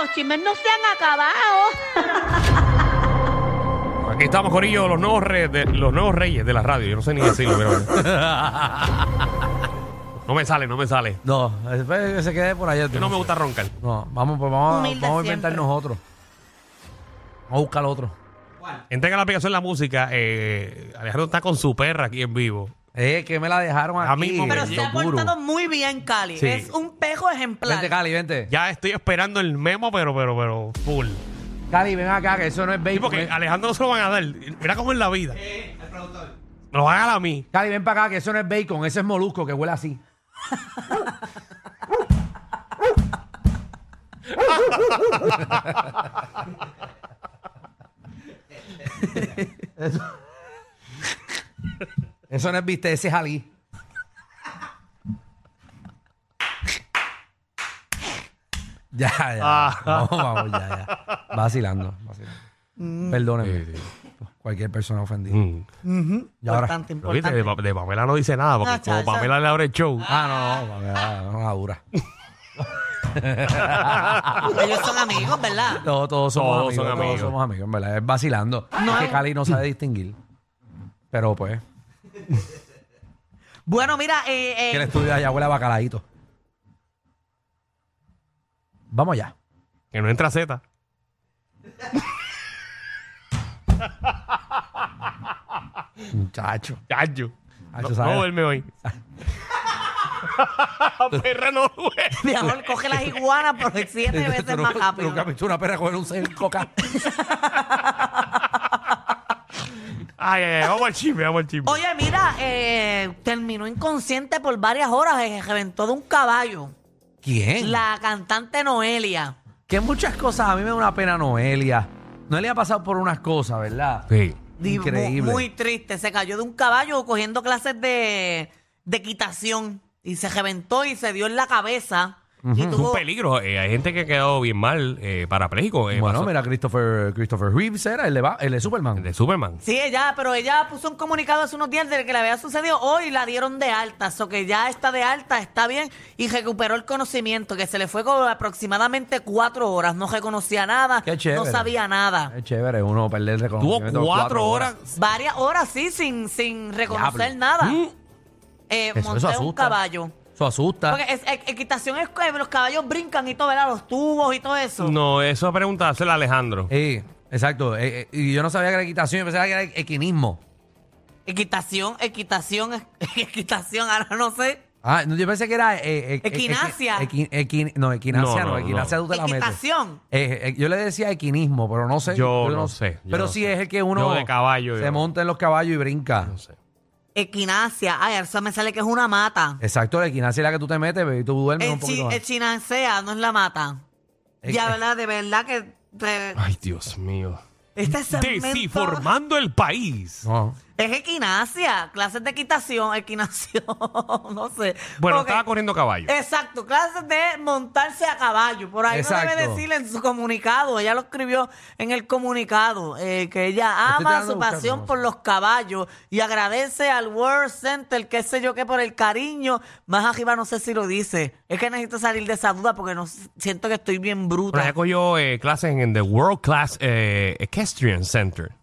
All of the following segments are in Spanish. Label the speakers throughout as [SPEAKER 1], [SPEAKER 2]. [SPEAKER 1] los chismes no se han acabado.
[SPEAKER 2] Aquí estamos, Corillo, los nuevos, re- de- los nuevos reyes de la radio. Yo no sé ni decirlo, pero. No me sale, no me sale.
[SPEAKER 3] No, espero que se quede por allá.
[SPEAKER 2] Yo no me gusta roncar.
[SPEAKER 3] No, vamos, pues vamos,
[SPEAKER 1] Humilde
[SPEAKER 3] vamos a inventar
[SPEAKER 1] siempre.
[SPEAKER 3] nosotros. Vamos a buscar otro.
[SPEAKER 2] Entrega la aplicación la música. eh, Alejandro está con su perra aquí en vivo.
[SPEAKER 3] Eh, que me la dejaron
[SPEAKER 2] A
[SPEAKER 3] aquí.
[SPEAKER 2] mí mismo me
[SPEAKER 1] Pero se ha
[SPEAKER 3] los gurus.
[SPEAKER 1] portado muy bien, Cali.
[SPEAKER 2] Sí.
[SPEAKER 1] Es un pejo ejemplar.
[SPEAKER 3] Vente, Cali, vente.
[SPEAKER 2] Ya estoy esperando el memo, pero, pero, pero, full.
[SPEAKER 3] Cali, ven acá, que eso no es
[SPEAKER 2] Sí,
[SPEAKER 3] béisbol.
[SPEAKER 2] porque
[SPEAKER 3] eh.
[SPEAKER 2] a Alejandro no se lo van a dar. Mira cómo es la vida. Me lo van a dar a mí.
[SPEAKER 3] Cali, ven para acá, que eso no es bacon, ese es molusco que huele así. eso, eso no es viste, ese es jalí. Ya, ya.
[SPEAKER 2] Ah.
[SPEAKER 3] Vamos, vamos, ya, ya. Vacilando, vacilando. Perdónenme. Cualquier persona ofendida.
[SPEAKER 2] Mm.
[SPEAKER 3] Y ahora-
[SPEAKER 1] Importante,
[SPEAKER 2] Pero viste,
[SPEAKER 1] importante.
[SPEAKER 2] de, Pa- de Pamela no dice nada, porque
[SPEAKER 1] No,
[SPEAKER 2] como
[SPEAKER 1] chaval,
[SPEAKER 2] Pamela le abre el show.
[SPEAKER 3] Ah, no, no, no, no, no, dura.
[SPEAKER 1] Ellos son amigos, ¿verdad?
[SPEAKER 3] No, todos somos
[SPEAKER 2] Todos
[SPEAKER 3] amigos,
[SPEAKER 2] son amigos.
[SPEAKER 3] todos somos amigos, en verdad. Es vacilando. Es que Cali no sabe distinguir. Pero pues,
[SPEAKER 1] Bueno, mira, eh, eh,
[SPEAKER 3] que el estudio de allá huele a bacaladito. Vamos allá.
[SPEAKER 2] Que no entra Z.
[SPEAKER 3] Muchacho.
[SPEAKER 2] Chacho.
[SPEAKER 3] Chacho,
[SPEAKER 2] No,
[SPEAKER 3] ¿sabes?
[SPEAKER 2] no duerme hoy. Perra no duerme.
[SPEAKER 1] mi amor, coge las iguanas porque siete veces
[SPEAKER 3] Pero
[SPEAKER 1] más rápido.
[SPEAKER 3] Nunca he visto una perra coger un 6 coca.
[SPEAKER 2] Ay, ay, ay, vamos al chisme, vamos al chisme.
[SPEAKER 1] Oye, mira, eh, terminó inconsciente por varias horas, eh, reventó de un caballo.
[SPEAKER 3] ¿Quién?
[SPEAKER 1] La cantante Noelia.
[SPEAKER 3] Que muchas cosas. A mí me da una pena Noelia. Noelia ha pasado por unas cosas, ¿verdad?
[SPEAKER 2] Sí.
[SPEAKER 1] Di- mu-
[SPEAKER 3] Increíble.
[SPEAKER 1] Muy triste, se cayó de un caballo cogiendo clases de, de equitación y se reventó y se dio en la cabeza. y
[SPEAKER 2] Es
[SPEAKER 1] tuvo,
[SPEAKER 2] un peligro. eh, hay gente que ha quedado bien mal, eh, parapléjico. eh,
[SPEAKER 3] Bueno,
[SPEAKER 2] pasó-
[SPEAKER 3] mira, Christopher, Christopher Reeves era el de, Ba- el de Superman.
[SPEAKER 2] De Superman.
[SPEAKER 1] Sí, ella, pero ella puso un comunicado hace unos días de que le había sucedido hoy la dieron de alta, o que ya está de alta, está bien y recuperó el conocimiento, que se le fue con aproximadamente cuatro horas, no reconocía nada,
[SPEAKER 3] Qué
[SPEAKER 1] no
[SPEAKER 3] chévere.
[SPEAKER 1] sabía nada.
[SPEAKER 3] Es chévere uno perder el
[SPEAKER 2] Tuvo
[SPEAKER 3] reconocimiento.
[SPEAKER 2] cuatro, horas.
[SPEAKER 1] Varias horas, sí, sin, sin reconocer
[SPEAKER 3] Diablo.
[SPEAKER 1] nada.
[SPEAKER 2] Mm.
[SPEAKER 1] Eh,
[SPEAKER 3] Eso, eso
[SPEAKER 1] monté un
[SPEAKER 3] asusta.
[SPEAKER 1] caballo.
[SPEAKER 3] Eso asusta.
[SPEAKER 1] Porque es, equ- equitación es que los caballos brincan y todo, ¿verdad? Los tubos y todo eso.
[SPEAKER 2] No, eso preguntárselo a Alejandro.
[SPEAKER 3] Sí, exacto. Eh, eh, y yo no sabía que era equitación, yo pensaba que era equinismo.
[SPEAKER 1] Equitación, equitación, equitación, ahora no sé.
[SPEAKER 3] Ah, no, yo pensé que era... eh, eh,
[SPEAKER 1] Equinacia.
[SPEAKER 3] eh, equi- equi- no, equinacia no,
[SPEAKER 2] No, no,
[SPEAKER 3] equinacia
[SPEAKER 2] no.
[SPEAKER 3] tú te la metes.
[SPEAKER 1] Equitación.
[SPEAKER 3] Eh, eh, yo le decía equinismo, pero no sé.
[SPEAKER 2] Yo no sé, yo
[SPEAKER 3] Pero
[SPEAKER 2] no
[SPEAKER 3] sí
[SPEAKER 2] sé.
[SPEAKER 3] es el que
[SPEAKER 2] Yo
[SPEAKER 3] uno
[SPEAKER 2] de caballo,
[SPEAKER 3] se
[SPEAKER 2] yo no.
[SPEAKER 3] monta en los caballos y brinca.
[SPEAKER 2] No sé.
[SPEAKER 1] Equinacia. Ay, ahora me sale que es una mata.
[SPEAKER 3] Exacto, la equinacia es la que tú te metes y tú duermes
[SPEAKER 1] El,
[SPEAKER 3] un poquito
[SPEAKER 1] chi,
[SPEAKER 3] más.
[SPEAKER 1] el chinacea no es la mata.
[SPEAKER 3] Eh,
[SPEAKER 1] ya,
[SPEAKER 3] eh.
[SPEAKER 1] ¿verdad? De verdad que... eh,
[SPEAKER 2] Ay, Dios mío.
[SPEAKER 1] este segmento
[SPEAKER 2] Desinformando el país.
[SPEAKER 3] No.
[SPEAKER 1] es equinacia. Clases de equitación, equinación, no sé.
[SPEAKER 2] Bueno,
[SPEAKER 1] Porque-
[SPEAKER 2] estaba corriendo caballo.
[SPEAKER 1] Exacto, clases de montarse a caballo. Por ahí no debe
[SPEAKER 3] Exacto.
[SPEAKER 1] decir en su comunicado. Ella lo escribió en el comunicado, eh, que ella
[SPEAKER 3] Estoy
[SPEAKER 1] ama
[SPEAKER 3] tratando de
[SPEAKER 1] su
[SPEAKER 3] buscar,
[SPEAKER 1] pasión
[SPEAKER 3] no sé.
[SPEAKER 1] por los caballos y agradece al World Center, qué sé yo qué, por el cariño. Más arriba no sé si lo dice. Es que necesito salir de esa duda porque no s- siento que estoy bien
[SPEAKER 2] Bueno,
[SPEAKER 1] bruta.
[SPEAKER 2] ella cogió eh, clases en The World Class eh, Equestrian Center.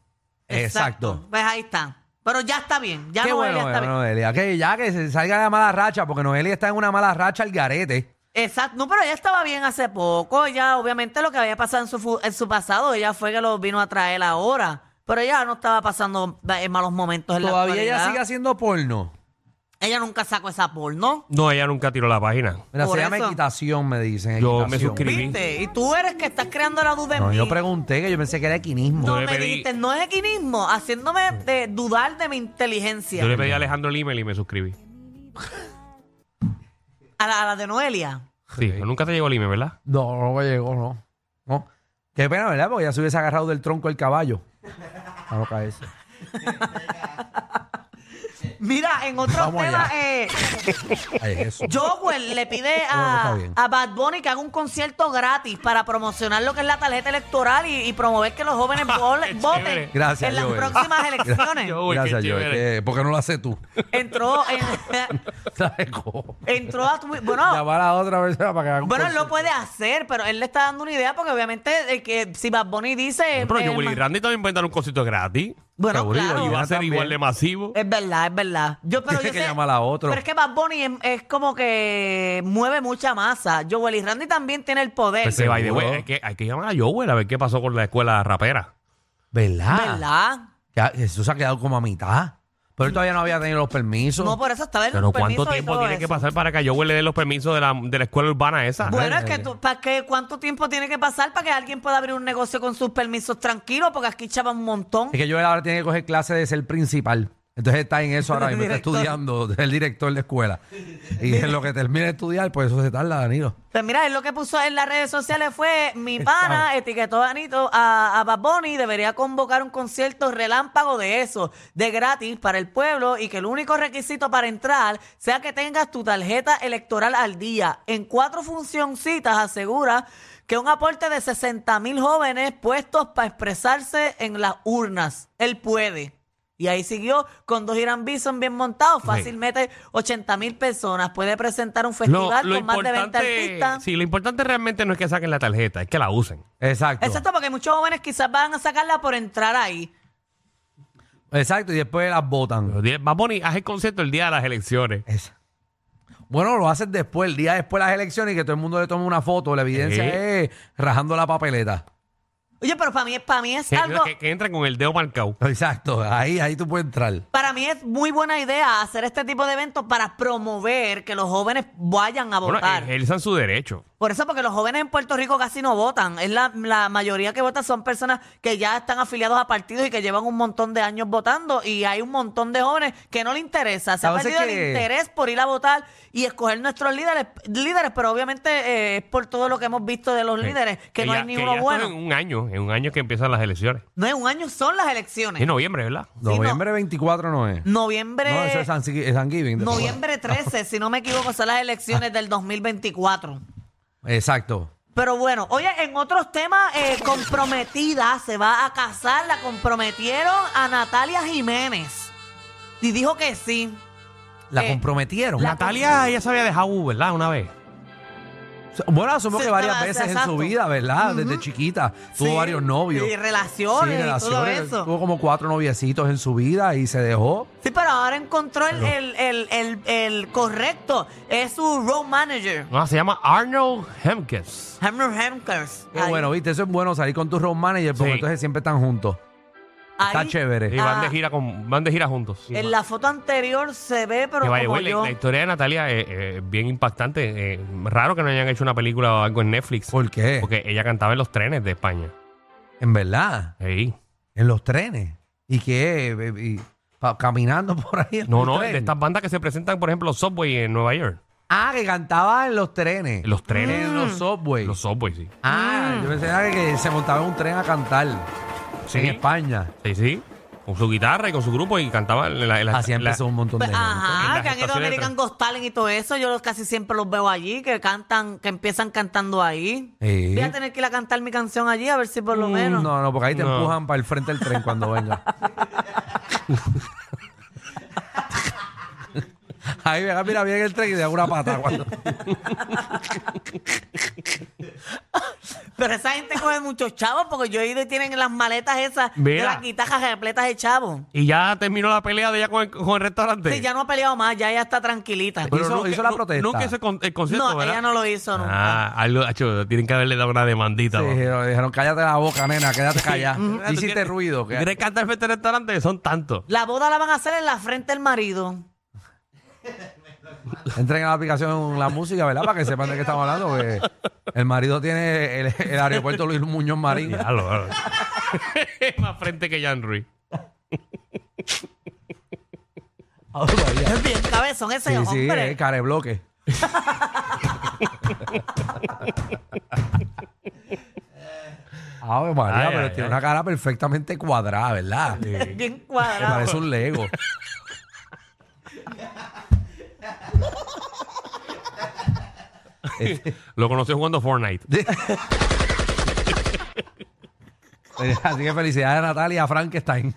[SPEAKER 3] Exacto.
[SPEAKER 1] Pues ahí está. Pero ya está bien, ya
[SPEAKER 3] Qué
[SPEAKER 1] no
[SPEAKER 3] bueno,
[SPEAKER 1] está
[SPEAKER 3] eh,
[SPEAKER 1] bien.
[SPEAKER 3] Noelia. Que ya que se salga de la mala racha, porque Noelia está en una mala racha al garete.
[SPEAKER 1] Exacto, no, pero ella estaba bien hace poco, ya obviamente lo que había pasado en su, fu- en su pasado, ella fue que lo vino a traer ahora, pero ella no estaba pasando eh, malos momentos en
[SPEAKER 3] Todavía
[SPEAKER 1] la
[SPEAKER 3] ella
[SPEAKER 1] actualidad.
[SPEAKER 3] sigue haciendo porno.
[SPEAKER 1] Ella nunca sacó esa porno,
[SPEAKER 2] No, ella nunca tiró la página.
[SPEAKER 3] Mira,
[SPEAKER 1] Por
[SPEAKER 3] se llama
[SPEAKER 1] eso.
[SPEAKER 3] equitación, me dicen.
[SPEAKER 2] Yo me
[SPEAKER 3] equitación.
[SPEAKER 2] suscribí.
[SPEAKER 1] ¿viste? Y tú eres que estás creando la duda en
[SPEAKER 3] No,
[SPEAKER 1] mí.
[SPEAKER 3] yo pregunté que yo pensé que era equinismo.
[SPEAKER 1] No
[SPEAKER 2] Yo le
[SPEAKER 1] me
[SPEAKER 2] pedí-
[SPEAKER 1] dijiste, no es equinismo, haciéndome de dudar de mi inteligencia.
[SPEAKER 2] Yo le pedí a Alejandro el email y me suscribí.
[SPEAKER 1] A, la, a la de Noelia.
[SPEAKER 2] Sí, pero nunca te llegó el email, ¿verdad?
[SPEAKER 3] No, no me llegó, no. No. Qué pena, ¿verdad? Porque ya se hubiese agarrado del tronco el caballo. A no caerse.
[SPEAKER 1] Mira, en otro
[SPEAKER 3] Vamos
[SPEAKER 1] tema,
[SPEAKER 3] allá.
[SPEAKER 1] eh,
[SPEAKER 3] Ay, Jesús.
[SPEAKER 1] Jowell pues, le pide
[SPEAKER 3] está
[SPEAKER 1] a,
[SPEAKER 3] bien.
[SPEAKER 1] a Bad Bunny que haga un concierto gratis para promocionar lo que es la tarjeta electoral y, y promover que los jóvenes vol-
[SPEAKER 2] Ah, Qué chévere.
[SPEAKER 1] voten
[SPEAKER 3] Gracias,
[SPEAKER 1] en las
[SPEAKER 3] Joel.
[SPEAKER 1] próximas elecciones.
[SPEAKER 2] Joel. Uy, qué
[SPEAKER 3] Gracias, yo.
[SPEAKER 2] chévere.
[SPEAKER 3] porque no lo haces tú.
[SPEAKER 1] entró, en-
[SPEAKER 3] Trae co-
[SPEAKER 1] entró a... tu- Bueno,
[SPEAKER 3] Llamar a otra persona para que haga un
[SPEAKER 1] Bueno, él lo puede
[SPEAKER 3] concierto.
[SPEAKER 1] hacer, pero él le está dando una idea porque obviamente eh, que si Bad Bunny dice...
[SPEAKER 2] Pero
[SPEAKER 1] eh,
[SPEAKER 2] yo, Willy
[SPEAKER 1] ma-
[SPEAKER 2] Randy también pueden dar un concierto gratis.
[SPEAKER 1] bueno,
[SPEAKER 3] Seguro,
[SPEAKER 2] Y
[SPEAKER 1] claro. Eh,
[SPEAKER 2] va a ser
[SPEAKER 3] también.
[SPEAKER 2] igual de masivo.
[SPEAKER 1] Es verdad, es verdad. Yo, pero
[SPEAKER 3] Tiene
[SPEAKER 1] yo
[SPEAKER 3] que
[SPEAKER 1] sé-
[SPEAKER 3] llamar a otro.
[SPEAKER 1] Pero es que Bad Bunny es, es como que mueve mucha masa. Joel y Randy también tiene el poder.
[SPEAKER 2] Pues se va y de
[SPEAKER 3] seguro.
[SPEAKER 2] güey, hay que, hay que llamar a Joel a ver qué pasó con la escuela rapera.
[SPEAKER 3] ¿Verdad?
[SPEAKER 1] ¿Verdad?
[SPEAKER 3] Ya, Jesús se ha quedado como a mitad. Pero él todavía no había tenido los permisos.
[SPEAKER 1] No, pues, por eso está
[SPEAKER 2] Pero ¿cuánto tiempo tiene que pasar para que Joel le dé los permisos de la, de la escuela urbana esa?
[SPEAKER 1] Bueno, es que tú, ¿para qué? ¿Cuánto tiempo tiene que pasar para que alguien pueda abrir un negocio con sus permisos tranquilos? Porque aquí chava un montón.
[SPEAKER 3] Es que yo ahora tiene que coger clase de ser principal. Entonces está en eso ahora mismo, está
[SPEAKER 1] Director.
[SPEAKER 3] estudiando, es el director de escuela. Y en lo que termine de estudiar, pues eso se tarda, Danilo.
[SPEAKER 1] Pues mira, él lo que puso en las redes sociales fue mi pana etiquetó a Anito a, a Bad Bunny debería convocar un concierto relámpago de eso, de gratis para el pueblo y que el único requisito para entrar sea que tengas tu tarjeta electoral al día. En cuatro funcioncitas asegura que un aporte de 60 mil jóvenes puestos para expresarse en las urnas. Él puede. Y ahí siguió con dos Irán Bison bien montados, fácilmente 80 mil personas. Puede presentar un festival pues, con más de 20 artistas.
[SPEAKER 2] sí, lo importante realmente no es que saquen la tarjeta, es que la usen.
[SPEAKER 3] Exacto. Exacto.
[SPEAKER 1] Exacto, porque muchos jóvenes quizás van a sacarla por entrar ahí.
[SPEAKER 3] y después las votan.
[SPEAKER 2] Los días- Bad Bunny haz el concierto el día de las elecciones.
[SPEAKER 3] Es- Bueno, lo hacen después, el día después de las elecciones y que todo el mundo le tome una foto. La evidencia
[SPEAKER 2] Sí.
[SPEAKER 3] es rajando la papeleta.
[SPEAKER 1] Oye, pero para mí, para mí es
[SPEAKER 2] Que,
[SPEAKER 1] algo,
[SPEAKER 2] que- que entran con el dedo marcado.
[SPEAKER 3] Exacto, ahí, ahí tú puedes entrar.
[SPEAKER 1] para mí es muy buena idea hacer este tipo de eventos para promover que los jóvenes vayan a
[SPEAKER 2] Bueno,
[SPEAKER 1] votar.
[SPEAKER 2] ejercen su derecho.
[SPEAKER 1] Por eso, porque los jóvenes en Puerto Rico casi no votan. Es la, la mayoría que votan son personas que ya están afiliados a partidos y que llevan un montón de años votando. Y hay un montón de jóvenes que no le interesa. Se
[SPEAKER 3] La
[SPEAKER 1] ha
[SPEAKER 3] cosa es
[SPEAKER 1] perdido el
[SPEAKER 3] que-
[SPEAKER 1] interés por ir a votar y escoger nuestros líderes, líderes pero obviamente eh, es por todo lo que hemos visto de los líderes, que, no
[SPEAKER 2] ya-
[SPEAKER 1] hay ni
[SPEAKER 2] que
[SPEAKER 1] uno
[SPEAKER 2] ya
[SPEAKER 1] bueno.
[SPEAKER 2] esto es En un año, en un año que empiezan las elecciones.
[SPEAKER 1] No es un año, son las elecciones.
[SPEAKER 2] En noviembre, ¿verdad?
[SPEAKER 1] no.
[SPEAKER 3] Noviembre 24 no es.
[SPEAKER 1] Noviembre,
[SPEAKER 3] No, eso es San- es Thanksgiving.
[SPEAKER 1] noviembre 13, si no me equivoco, son las elecciones del 2024.
[SPEAKER 3] Exacto.
[SPEAKER 1] Pero bueno, oye, en otros temas, eh, comprometida se va a casar, la comprometieron a Natalia Jiménez. Y dijo que sí.
[SPEAKER 3] La
[SPEAKER 1] Eh,
[SPEAKER 3] comprometieron.
[SPEAKER 1] la-
[SPEAKER 2] Natalia, ella se había dejado, ¿verdad? Una vez.
[SPEAKER 3] Bueno, asumo
[SPEAKER 1] Sí,
[SPEAKER 3] que varias
[SPEAKER 1] estaba-
[SPEAKER 3] veces en
[SPEAKER 1] exacto.
[SPEAKER 3] su vida, ¿verdad? Desde chiquita. Tuvo
[SPEAKER 1] Sí,
[SPEAKER 3] varios novios.
[SPEAKER 1] Y relaciones,
[SPEAKER 3] Sí,
[SPEAKER 1] y todo eso.
[SPEAKER 3] Tuvo como cuatro noviecitos en su vida y se dejó.
[SPEAKER 1] Sí, pero ahora encontró el, el, el, el- el correcto. Es su road manager,
[SPEAKER 2] No, se llama Arnold Hemkes.
[SPEAKER 1] Hammer Hemkers.
[SPEAKER 3] Qué Oh, bueno, viste, eso es bueno salir con tu road manager porque
[SPEAKER 2] Sí.
[SPEAKER 3] entonces siempre están juntos. Está
[SPEAKER 2] Y
[SPEAKER 3] chévere.
[SPEAKER 2] van,
[SPEAKER 1] Ah.
[SPEAKER 2] de gira con, van de gira juntos.
[SPEAKER 1] En la foto anterior se ve, pero
[SPEAKER 2] Que vaya,
[SPEAKER 1] como
[SPEAKER 2] güey,
[SPEAKER 1] yo.
[SPEAKER 2] la, la historia de Natalia es eh, bien impactante. eh, raro que no hayan hecho una película o algo en Netflix.
[SPEAKER 3] ¿Por qué?
[SPEAKER 2] Porque ella cantaba en los trenes de España.
[SPEAKER 3] En verdad,
[SPEAKER 2] Ey.
[SPEAKER 3] en los trenes. ¿Y qué? Y- pa- caminando por ahí. en
[SPEAKER 2] No,
[SPEAKER 3] los
[SPEAKER 2] no,
[SPEAKER 3] trenes.
[SPEAKER 2] de estas bandas que se presentan, por ejemplo, los Subway en Nueva York.
[SPEAKER 3] Ah, que cantaba en los trenes.
[SPEAKER 2] En los trenes.
[SPEAKER 3] En los
[SPEAKER 1] Mm.
[SPEAKER 3] subways.
[SPEAKER 2] Los Subway, sí.
[SPEAKER 3] Ah, yo pensaba que, que se montaba en un tren a cantar.
[SPEAKER 2] Sí.
[SPEAKER 3] En España.
[SPEAKER 2] Sí, sí. Con su guitarra y con su grupo y cantaba en la, en la-
[SPEAKER 3] Así
[SPEAKER 2] en la-
[SPEAKER 3] empezó un montón de
[SPEAKER 1] Pues,
[SPEAKER 3] gente.
[SPEAKER 2] en
[SPEAKER 1] ajá,
[SPEAKER 2] las
[SPEAKER 1] que han ido a
[SPEAKER 2] estaciones de
[SPEAKER 1] American Ghost Talent y todo eso. Yo los casi siempre los veo allí, que cantan, que empiezan cantando ahí.
[SPEAKER 3] Sí. Mm,
[SPEAKER 1] Voy a tener que ir a cantar mi canción allí, a ver si por lo menos.
[SPEAKER 3] No, no, porque ahí te
[SPEAKER 2] No.
[SPEAKER 3] empujan para el frente del tren cuando venga. ahí venga, mira, viene el tren y le da una pata. cuando-
[SPEAKER 1] Pero esa gente coge muchos chavos, porque yo he ido y tienen las maletas esas de
[SPEAKER 2] Mira.
[SPEAKER 1] las guitarras repletas de chavos.
[SPEAKER 2] Y ya terminó la pelea de ella con el, con el restaurante.
[SPEAKER 1] Sí, ya no ha peleado más, ya ella está tranquilita.
[SPEAKER 3] Pero no, hizo la
[SPEAKER 2] nu-
[SPEAKER 3] protesta.
[SPEAKER 2] Nunca hizo el con- el concierto,
[SPEAKER 1] No,
[SPEAKER 2] ¿verdad?
[SPEAKER 1] ella no lo hizo nunca.
[SPEAKER 2] Ah, algo, hacho, tienen que haberle dado una demandita.
[SPEAKER 3] Sí,
[SPEAKER 2] ¿no?
[SPEAKER 3] dijeron, dijeron, cállate la boca, nena, quédate callada.
[SPEAKER 2] Espérate,
[SPEAKER 3] Hiciste
[SPEAKER 2] ¿quieres-
[SPEAKER 3] ruido. que-
[SPEAKER 2] ¿Quieres cantar frente al restaurante? Son tantos.
[SPEAKER 1] La boda la van a hacer en la frente del marido.
[SPEAKER 3] Entren a la aplicación la música, ¿verdad? Para que sepan de qué estamos hablando. Que el marido tiene el, el aeropuerto Luis Muñoz Marín.
[SPEAKER 2] Diablo, diablo. Más frente que Jan Ruiz.
[SPEAKER 1] Es bien cabezón ese
[SPEAKER 3] Sí, eh, sí,
[SPEAKER 1] hombre.
[SPEAKER 3] es carebloque. Ave María,
[SPEAKER 2] Ay,
[SPEAKER 3] pero
[SPEAKER 2] ay,
[SPEAKER 3] tiene
[SPEAKER 2] ay.
[SPEAKER 3] una cara perfectamente cuadrada, ¿verdad? Que
[SPEAKER 1] Bien cuadrado.
[SPEAKER 3] parece un Lego.
[SPEAKER 2] Lo conoció jugando Fortnite.
[SPEAKER 3] Así que felicidades a Natalia a Frankenstein.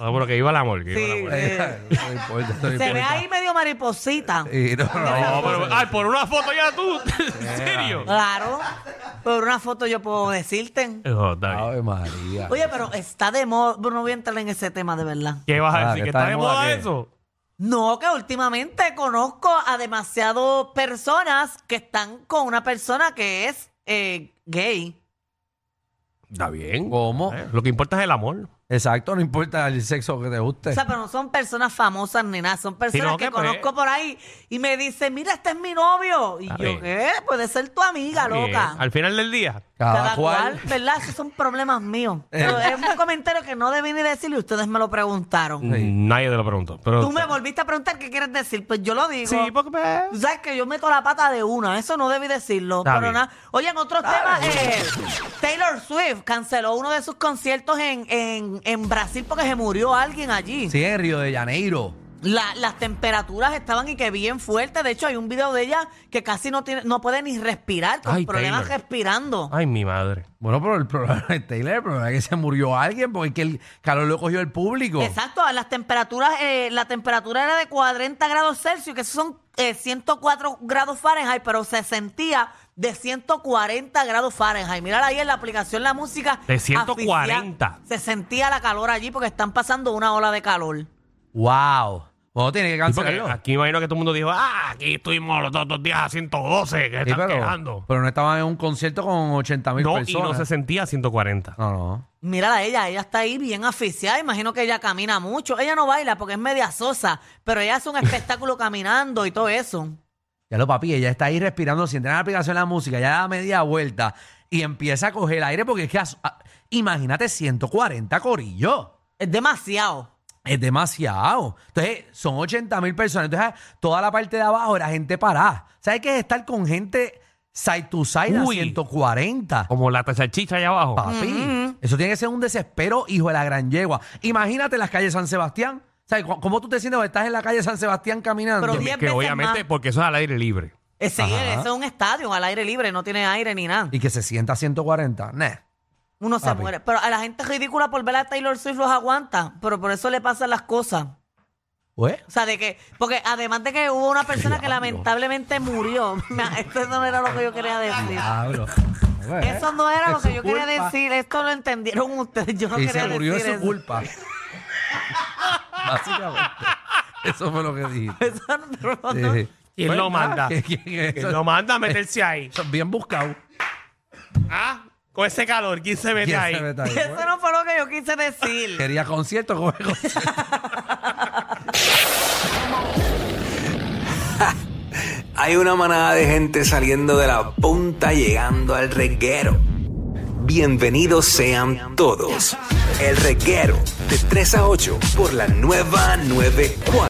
[SPEAKER 2] Ah, pero que iba al amor. que iba
[SPEAKER 1] Sí.
[SPEAKER 2] al amor.
[SPEAKER 1] Eh.
[SPEAKER 3] no importa, eso no
[SPEAKER 1] Se ve
[SPEAKER 3] importa.
[SPEAKER 1] ahí medio mariposita.
[SPEAKER 3] Y no,
[SPEAKER 2] No,
[SPEAKER 3] no,
[SPEAKER 2] pero, ay, por una foto ya tú. ¿En serio?
[SPEAKER 1] Claro. Por una foto yo puedo decirte.
[SPEAKER 2] No, está bien.
[SPEAKER 3] Ave María.
[SPEAKER 1] Oye, pero está de moda. No voy a entrar en ese tema de verdad.
[SPEAKER 2] ¿Qué vas a
[SPEAKER 3] Ah,
[SPEAKER 2] decir? ¿Que está de moda eso?
[SPEAKER 1] No, que últimamente conozco a demasiadas personas que están con una persona que es eh, gay.
[SPEAKER 2] Está bien.
[SPEAKER 3] ¿Cómo?
[SPEAKER 2] Eh, Lo que importa es el amor.
[SPEAKER 3] Exacto, no importa el sexo que te guste.
[SPEAKER 1] O sea, pero no son personas famosas ni nada, son personas
[SPEAKER 2] no,
[SPEAKER 1] que,
[SPEAKER 2] que pues-
[SPEAKER 1] conozco por ahí y me dicen, mira, este es mi novio. Y
[SPEAKER 2] Está
[SPEAKER 1] yo,
[SPEAKER 2] bien.
[SPEAKER 1] ¿qué? Puede ser tu amiga,
[SPEAKER 2] Bien.
[SPEAKER 1] loca.
[SPEAKER 2] Eh, Al final del día.
[SPEAKER 3] Cada,
[SPEAKER 1] cual, ¿verdad? Esos son problemas míos. Pero es un comentario que no debí ni decir y ustedes me lo preguntaron.
[SPEAKER 2] Nadie te lo preguntó. Pero,
[SPEAKER 1] Tú me volviste a preguntar qué quieres decir, pues yo lo digo.
[SPEAKER 2] Sí, porque. me-
[SPEAKER 1] Tú sabes que yo meto la pata de una, eso no debí decirlo.
[SPEAKER 2] Está
[SPEAKER 1] pero
[SPEAKER 2] bien.
[SPEAKER 1] nada. Oye, en otros temas, eh, Taylor Swift canceló uno de sus conciertos en, en, en Brasil porque se murió alguien allí.
[SPEAKER 3] Sí, en Río de Janeiro.
[SPEAKER 1] La- las temperaturas estaban y que bien fuertes. De hecho, hay un video de ella que casi no tiene, no puede ni respirar, con
[SPEAKER 2] Ay,
[SPEAKER 1] problemas
[SPEAKER 2] Taylor.
[SPEAKER 1] respirando.
[SPEAKER 2] Ay, mi madre.
[SPEAKER 3] Bueno, pero el problema de Taylor, el problema es que se murió alguien porque es que el calor lo cogió el público.
[SPEAKER 1] Exacto, las temperaturas, eh, la temperatura era de 40 grados Celsius, que esos son eh, 104 grados Fahrenheit, pero se sentía de 140 grados Fahrenheit. Mirar ahí en la aplicación la música.
[SPEAKER 2] De 140.
[SPEAKER 1] asfixia- Se sentía la calor allí porque están pasando una ola de calor.
[SPEAKER 3] Wow. Bueno, tiene que
[SPEAKER 2] Sí, porque
[SPEAKER 3] cancelarlo.
[SPEAKER 2] aquí me imagino que todo el mundo dijo, ah, aquí estuvimos los dos, dos días a 112, que se
[SPEAKER 3] Sí,
[SPEAKER 2] están
[SPEAKER 3] pero,
[SPEAKER 2] quejando.
[SPEAKER 3] pero no estaban en un concierto con 80 mil
[SPEAKER 2] No,
[SPEAKER 3] personas.
[SPEAKER 2] y no se sentía a 140.
[SPEAKER 3] No, no.
[SPEAKER 1] Mírala a ella, ella está ahí bien asfixiada, imagino que ella camina mucho. Ella no baila porque es media sosa, pero ella hace un espectáculo caminando y todo eso.
[SPEAKER 3] Ya lo papi, ella está ahí respirando sin tener la aplicación de la música, ya da media vuelta y empieza a coger aire porque es que, as- a- imagínate, 140 corillos.
[SPEAKER 1] Es demasiado.
[SPEAKER 3] Es demasiado. Entonces, son 80 mil personas. Entonces, toda la parte de abajo era gente parada. ¿Sabes qué es estar con gente side to side
[SPEAKER 2] Uy.
[SPEAKER 3] a 140?
[SPEAKER 2] Como la salchicha allá abajo.
[SPEAKER 3] Papi, eso tiene que ser un desespero, hijo de la gran yegua. Imagínate las calles de San Sebastián. ¿Sabes cu- cómo tú te sientes cuando estás en la calle de San Sebastián caminando?
[SPEAKER 1] Pero diez
[SPEAKER 2] que
[SPEAKER 1] veces
[SPEAKER 2] obviamente,
[SPEAKER 1] más.
[SPEAKER 2] porque eso es al aire libre.
[SPEAKER 1] Eh, sí,
[SPEAKER 3] Ajá.
[SPEAKER 1] eso es un estadio al aire libre, no tiene aire ni nada.
[SPEAKER 3] Y que se sienta a 140. Nah.
[SPEAKER 1] Uno se
[SPEAKER 3] Papi.
[SPEAKER 1] muere. Pero a la gente ridícula por ver a Taylor Swift los aguanta. Pero por eso le pasan las cosas.
[SPEAKER 3] Pues,
[SPEAKER 1] O sea, de que. Porque además de que hubo una persona que
[SPEAKER 3] Diablo.
[SPEAKER 1] lamentablemente murió. Me- Esto no era lo que yo quería decir.
[SPEAKER 3] diablo.
[SPEAKER 1] Eso no era lo
[SPEAKER 3] Ah, eh. Es su
[SPEAKER 1] que yo quería
[SPEAKER 3] culpa.
[SPEAKER 1] decir. Esto lo entendieron ustedes. Yo no
[SPEAKER 3] Y
[SPEAKER 1] quería
[SPEAKER 3] se murió
[SPEAKER 1] decir
[SPEAKER 3] de su
[SPEAKER 1] eso.
[SPEAKER 3] culpa. Básicamente. Eso fue lo que dijiste.
[SPEAKER 1] Eso no- pero no-
[SPEAKER 3] Sí.
[SPEAKER 2] ¿Quién
[SPEAKER 3] Pues
[SPEAKER 2] lo
[SPEAKER 3] nada,
[SPEAKER 2] manda?
[SPEAKER 3] que- que- que
[SPEAKER 2] ah, Que
[SPEAKER 3] eso-
[SPEAKER 2] lo manda a meterse ahí.
[SPEAKER 3] eso es bien buscado.
[SPEAKER 2] Ah, con ese calor, ¿quién se mete
[SPEAKER 3] ¿Quién
[SPEAKER 2] ahí?
[SPEAKER 3] se mete ahí?
[SPEAKER 1] Eso no fue lo que yo quise decir.
[SPEAKER 3] Quería concierto, coge concierto.
[SPEAKER 4] Hay una manada de gente saliendo de la punta llegando al reguero. Bienvenidos sean todos. El reguero de 3 a 8 por la nueva 94.